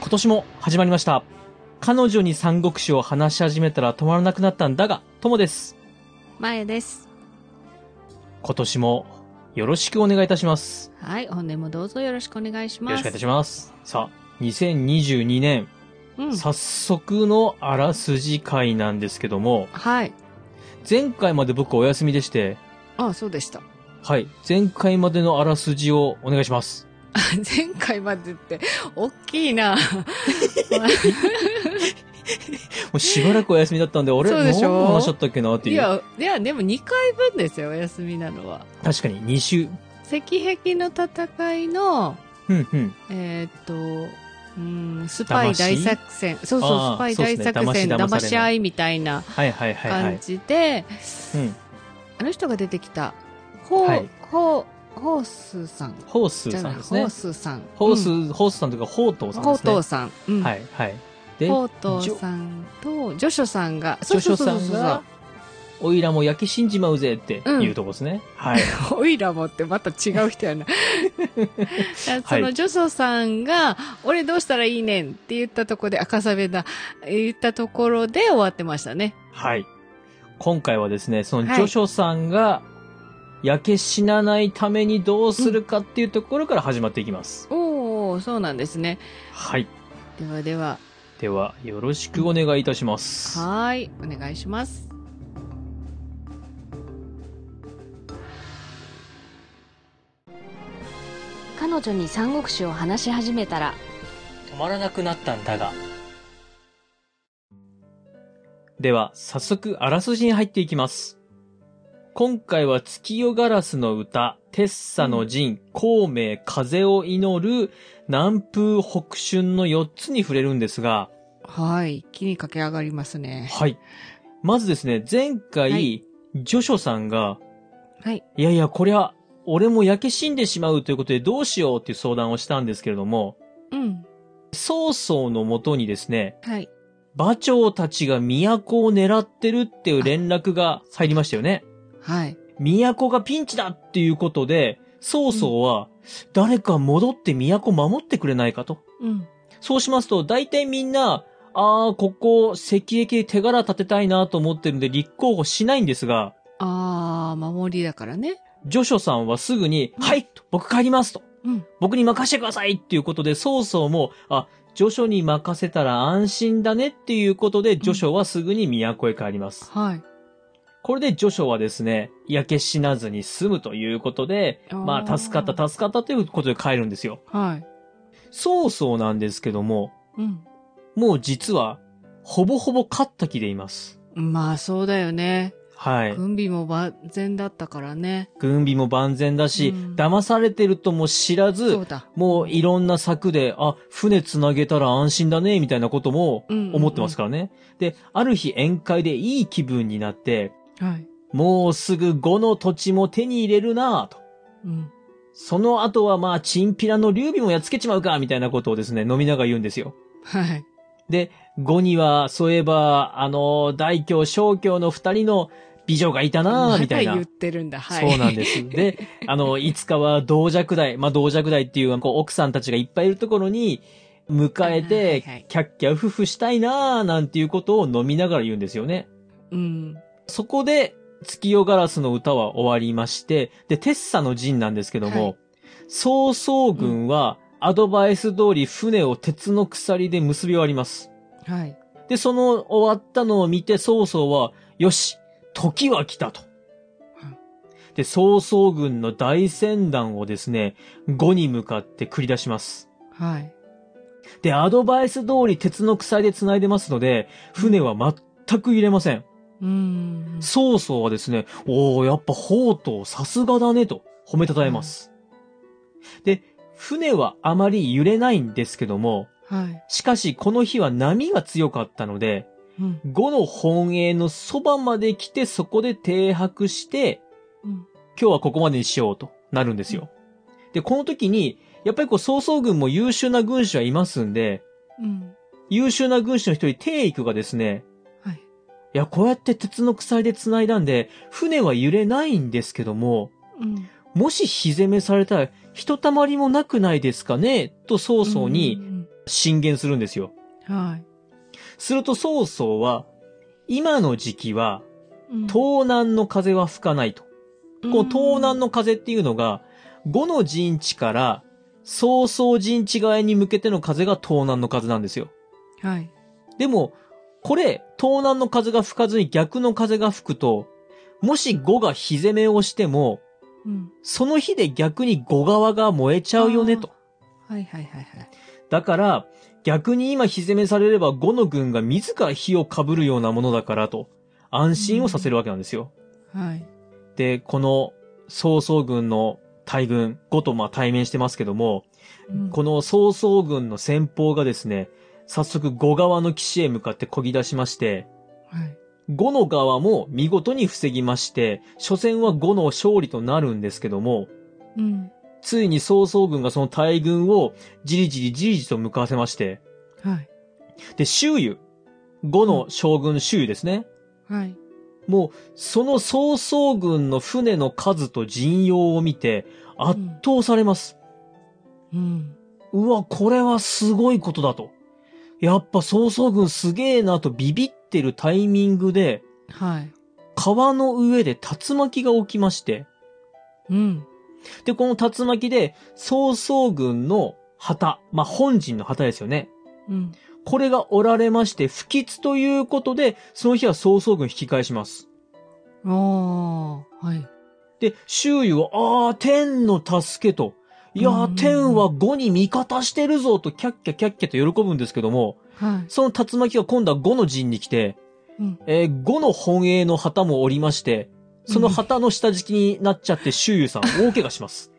今年も始まりました。彼女に三国志を話し始めたら止まらなくなったんだが、ともです。前です。今年もよろしくお願いいたします。はい、本年もどうぞよろしくお願いしよます。ろしくお願いいたします。さあ、2022年、早速のあらすじ会なんですけども、うん。はい。前回まで僕お休みでして、あ、そうでした。 はい、前回までのあらすじをお願いします。前回までって、大き いな。もうしばらくお休みだったんで、俺、そうでしょ何の話だったっけなっていいう。や、いや、でも2回分ですよ、お休みなのは。確かに、2週。石壁の戦いの、うんうん。えーっと、うん、スパイ大作戦。そうあそう、ースパイそうで大すね作騙し戦、騙されない騙し合いみたいなはいはいはいは感い。じで、うん。あの人が出てきた、ほう、はいほう、ほうすーさん。ホースーじゃさないんですねほう。すーさん。ホーうんス、ホースさんというか、ホートーさんほでうすね。とうさん。うんはいはい。で、ポートーさんと、ジョショさんが、ジョジョさそんうそうが、おいらも焼き死んじまうぜっていうとこですね。はい。そうそう、おいらもってまた違う人 やな。そのジョショさんが、俺どうしたらいいねんって言ったとこで、赤サベだ、言ったところで終わってましたね。はい。今回はですね、そのはいジョショさんが、焼け死なないためにどうするかっていうところから始まっていきます。おー、そうなんですね。はい。ではでは、では、よろしくお願いいたします。はーい、お願いします。彼女に三国志を話し始めたら止まらなくなったんだが。では、早速、あらすじに入っていきます。今回は月夜ガラスの歌、テッサの陣、孔明、風を祈る、南風北春の4つに触れるんですが、はい、一気に駆け上がりますね。はい。まずですね、前回、はいジョショさんが、はい。いやいや、こりゃ、俺も焼け死んでしまうということでどうしようっていう相談をしたんですけれども、うん。曹操のもとにですね、はい。馬長たちが都を狙ってるっていう連絡が入りましたよね。はい。都がピンチだっていうことで、曹操は、誰か戻って都守ってくれないかと。うん。そうしますと、大体みんな、あー、ここ、石壁で手柄立てたいなと思ってるんで立候補しないんですが、あー、守りだからね。ジョショさんはすぐに、うんはいと僕帰りますと。うん。僕に任せてくださいっていうことで、曹操も、あ、ジョショに任せたら安心だねっていうことで、ジョショはすぐに都へ帰ります。はい。これでジョショはですね、焼け死なずに済むということで、まあ、助かった、助かったということで帰るんですよ。た。はい。曹操なんですけども、うん。もう実は、ほぼほぼ勝った気でいます。まあそうだよね。はい。軍備も万全だったからね。軍備も万全だし、うん騙されてるとも知らそずう、だ。もういろんな策で、あ、船つなげたら安心だね、みたいなこともうんうんうん思ってますからね。で、ある日宴会でいい気分になって、はい。もうすぐ5の土地も手に入れるなぁと。うん。その後はまあ、チンピラの劉備もやっつけちまうか、みたいなことをですね、飲みながら言うんですよ。はい。で、後には、そういえば、あの、大京、小京の二人の美女がいたな、みたいまなだ言。ってるんだ。はい。そうなんです。で、あの、いつかは同弱代、まあ同弱代っていう、こう、奥さんたちがいっぱいいるところに、迎えはいはいてはい、キャッキャフフしたいなーなんていうことを飲みながら言うんですよね。 うん。そこで、月夜ガラスの歌は終わりまして、で、テッサの陣なんですけども、はい曹操軍はアドバイス通り船を鉄の鎖で結び終わります。はい。で、その終わったのを見て曹操は、よし、時は来たとうん。で、曹操軍の大船団をですね、後に向かって繰り出します。はい。で、アドバイス通り鉄の鎖で繋いでますので、船は全く入れません。うん。曹操はですね、おおやっぱ宝刀さすがだねと褒めたたえます。で、船はあまり揺れないんですけども、はい。しかしこの日は波が強かったので、うん。 5の本営のそばまで来てそこで停泊して、うん。今日はここまでにしようとなるんですよ。で、この時に、やっぱりこう曹操軍も優秀な軍師はいますんで、うん。優秀な軍師の一人、帝育がですね、はい。いや、こうやって鉄の鎖で繋いだんで、船は揺れないんですけども、うん。もし火攻めされたら、ひとたまりもなくないですかねと曹操に、うん進言するんですよ。はい。すると曹操は、今の時期は、うん東南の風は吹かないと。こう、東南の、の風っていうのが、五の陣地から、曹操陣地側に向けての風が東南の風なんですよ。はい。でも、これ、東南の風が吹かずに逆の風が吹くと、もし5が火攻めをしても、うん。その火で逆に5側が燃えちゃうよねと。はいはいはいはい。だから、逆に今火攻めされれば5の軍が自ら火を被るようなものだからと、安心をさせるわけなんですよ。はい。で、この曹操軍の大軍、5とまあ対面してますけども、うんこの曹操軍の先方がですね、早速5側の岸へ向かって漕ぎ出しまして、はい。 5の側も見事に防ぎまして、初戦は5の勝利となるんですけども、うん。ついに曹操軍がその大軍をじりじりじりじりと向かわせまして、はい。で、周遊、5の将軍周遊ですね。はい。もう、その曹操軍の船の数と陣容を見て、圧倒されます。うん。うわ、これはすごいことだと。やっぱ曹操軍すげえなとビビってるタイミングで、はい。川の上で竜巻が起きまして、うん。で、この竜巻で、曹操軍の旗、まあ、本陣の旗ですよね。うん。これが折られまして、不吉ということで、その日は曹操軍引き返します。ああ、はい。で、周囲は、あー、天の助けと、いやうんうんうー、ん天は5に味方してるぞと、キャッキャキャッキャと喜ぶんですけども、はい。その竜巻が今度は5の陣に来て、うん。えー、5の本営の旗も折りまして、その旗の下敷きになっちゃって、周囲 さん大怪我します。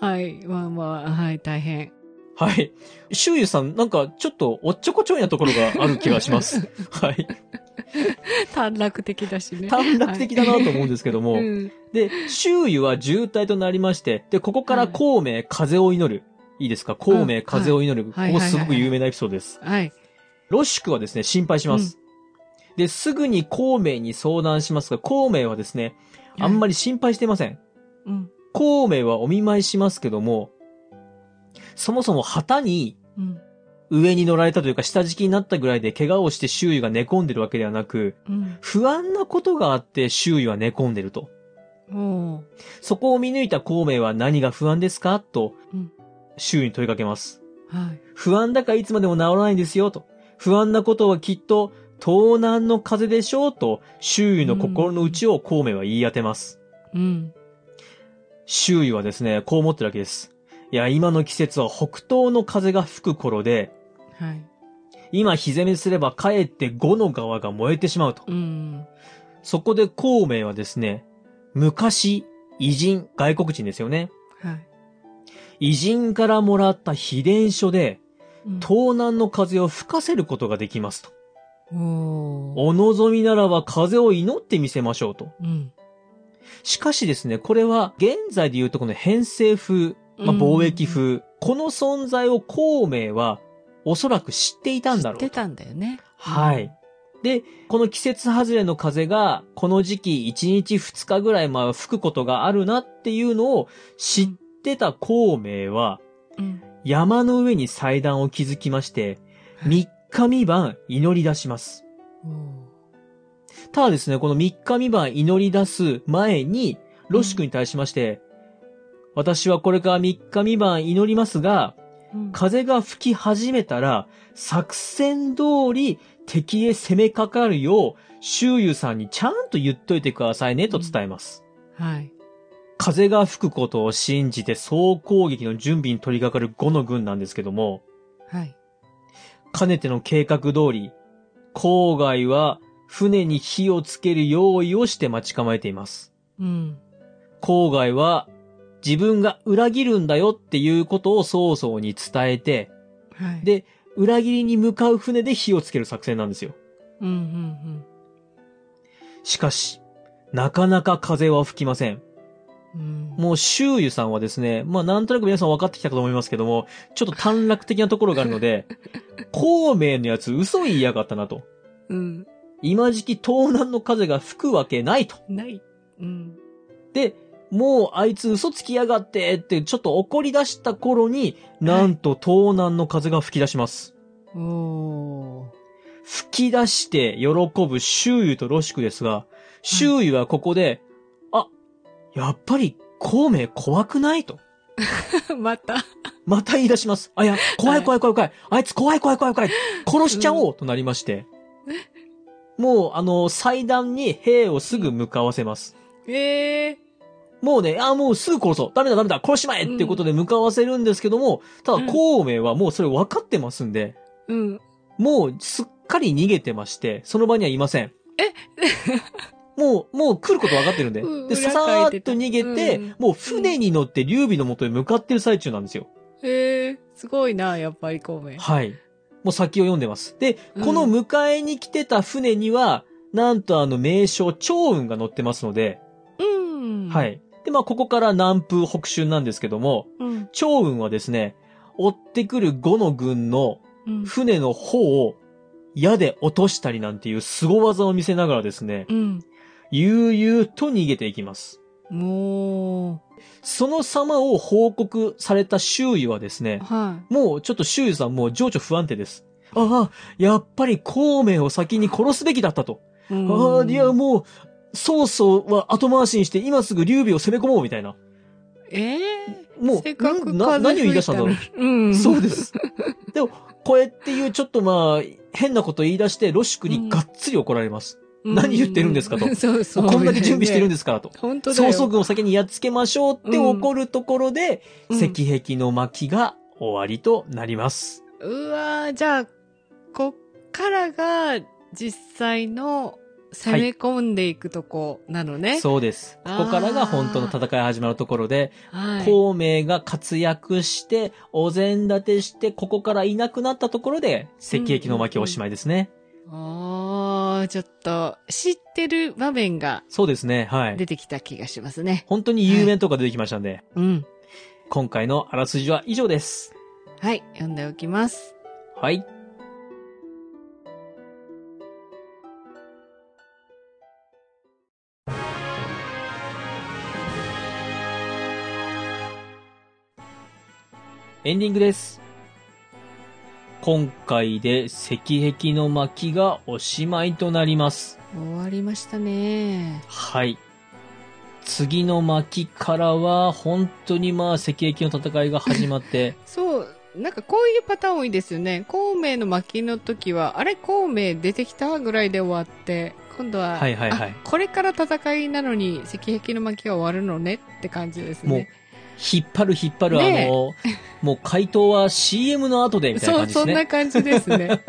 はい。まあまあ、はい、大変。はい。周囲さん、なんか、ちょっと、おっちょこちょいなところがある気がし ます。はい。短絡的だしね。短絡的だなと思うんですけども。うん。で、周囲は渋滞となりまして、で、ここからはい孔明、風を祈る。いいですか孔明、風を祈る。こはいこすごく有名なエピソードです。はい。ロシュクはですね、心配します。で、すぐに孔明に相談しますが、孔明はですね、あんまり。り心配していません。うん。孔明はお見舞いしますけども、そもそも旗にうん。上に乗られたというか下敷きになったぐらいで怪我をして周囲が寝込んでるわけではなく、うん。不安なことがあって周囲は寝込んでると。おーそこを見抜いた孔明は何が不安ですかとうん、周囲に問いかけます。はい。不安だからいつまでも治らないんですよと。不安なことはきっと東南の風でしょうと、周囲の心の内を孔明は言い当てます。うん。周囲はですね、こう思ってるわけです。いや、今の季節は北東の風が吹く頃で、はい。今日攻めすればかえって五の側が燃えてしまうと。うん。そこで孔明はですね、昔、偉人、外国人ですよね。はい。偉人からもらった秘伝書で、うん東南の風を吹かせることができますと。おーお望みならば風を祈ってみせましょうと。うん。しかしですね、これは現在で言うとこの偏西風、まあ、貿易風、この存在を孔明はおそらく知っていたんだろうと出たんだよね。はい。で、この季節外れの風が、この時期1日2日ぐらいまあ吹くことがあるなっていうのを知ってた孔明は、うん。山の上に祭壇を築きまして、3日三晩祈り出します。うん。ただですね、この3日三晩祈り出す前に、ロシュクに対しまして、私はこれから3日三晩祈りますが、うん風が吹き始めたら、作戦通り敵へ攻めかかるよう、周遊さんにちゃんと言っといてくださいねと伝えます。はい。風が吹くことを信じて総攻撃の準備に取り掛かる5の軍なんですけども、はい。かねての計画通り、郊外は船に火をつける用意をして待ち構えています。うん。郊外は自分が裏切るんだよっていうことを曹操に伝えて、はい。、で、裏切りに向かう船で火をつける作戦なんですよ。うんうんしかし、なかなか風は吹きません。うん。うん。もう周遊さんはですね、まあなんとなく皆さん分かってきたかと思いますけども、ちょっと短絡的なところがあるので、孔明のやつ嘘言いやがったなと。うん。今時期東南の風が吹くわけないと。ない。うん。で、もうあいつ嘘つきやがってってちょっと怒り出した頃に、なんと東南の風が吹き出します。おー。吹き出して喜ぶ周遊とロシクですが、周遊はここで、あ、やっぱり孔明怖くないと。 また。また言い出します。あ、いや、怖い怖い怖い怖い。あいつ怖い怖い怖い怖い。殺しちゃおうとなりまして。もう、あの、祭壇に兵をすぐ向かわせます。ええもうね、あ、もうすぐ殺そう。ダメだダメだ、殺しちまえっていうことで向かわせるんですけども、たうんだ孔明はもうそれ分かってますんで、うん。もうすっかり逃げてまして、その場にはいません。 もう、もう来ること分かってるんで。うんで、さ裏さ書いーてったと逃げて、うんもう船に乗って劉備の元へ向かってる最中なんですよ。ええすごいな、やっぱり孔明。はい。もう先を読んでます。で、うんこの迎えに来てた船には、なんとあの名称、長雲が乗ってますので、うん。は。い。で、まあ、ここから南風北春なんですけども、うん。長雲はですね、追ってくる五の軍のうん。船の方を矢で落としたりなんていう凄技を見せながらですね、うん。悠々と逃げていきます。もその様を報告された周囲はですねう、、はもうちょっと周囲さんもう情緒不安定です。ああ、やっぱり孔明を先に殺すべきだったと。い。ああ、うんいやもう、曹操は後回しにして今すぐ劉備を攻め込もうみたいな。ええもうせっか、くんな何を言い出したんだろう。うん。そうです。でも、これっていうちょっとまあ、変なこと言い出して、ロシクにがっつり怒られます。うん何言ってるんですかと そうそう。こんだけ準備してるんですからと。本当だ曹よ。操軍を先にやっつけましょうってうん怒るところで、うん石壁の巻が終わりとなります。うわーじゃあ、こっからが実際の攻め込んでいくとこなのね。そうです。あーここからが本当の戦い始まるところで、はい。孔明が活躍して、お膳立てして、ここからいなくなったところで、石壁の巻おしまいですね。あーちょっと、知ってる場面がそうですね、はい。出てきた気がしますね。本当に有名とか出てきましたんで、うん。今回のあらすじは以上です。はい、読んでおきます。はい。エンディングです。今回で石壁の巻がおしまいとなります。終わりましたね。はい。次の巻からは本当にまあ石壁の戦いが始まって、そう、なんかこういうパターン多いですよね。孔明の巻の時は、あれ孔明出てきたぐらいで終わって、今度は、はいはいはいあこれから戦いなのに、石壁の巻が終わるのねって感じですね。もう引っ張る引っ張る、ねえあの、 もう回答は CM の後でみたいなそ感う、じでそすんなね。感じで すね。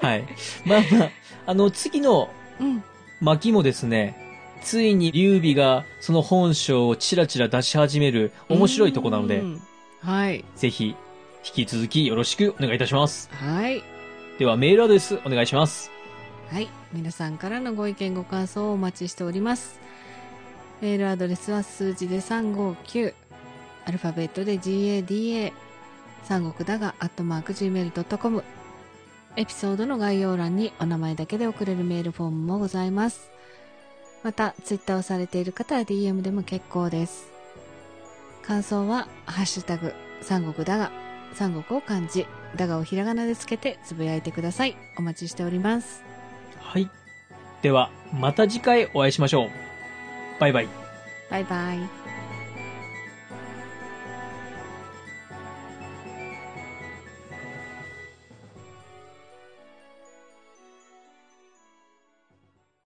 はい。まあまあ、あの、次のうん。巻もですね、ついに劉備がその本性をチラチラ出し始める面白いとこなのでう、ん。はい。ぜひ、引き続きよろしくお願いいたします。はい。ではメールアドレスお願いします。はい。皆さんからのご意見、ご感想をお待ちしております。メールアドレスは数字で359。アルファベットで GADA。三国だが、アットマーク Gmail.com。エピソードの概要欄にお名前だけで送れるメールフォームもございます。また、ツイッターをされている方は DM でも結構です。感想は、ハッシュタグ、三国だが、三国を漢字、だがをひらがなでつけてつぶやいてください。お待ちしております。はい。では、また次回お会いしましょう。バイバイ。拜拜。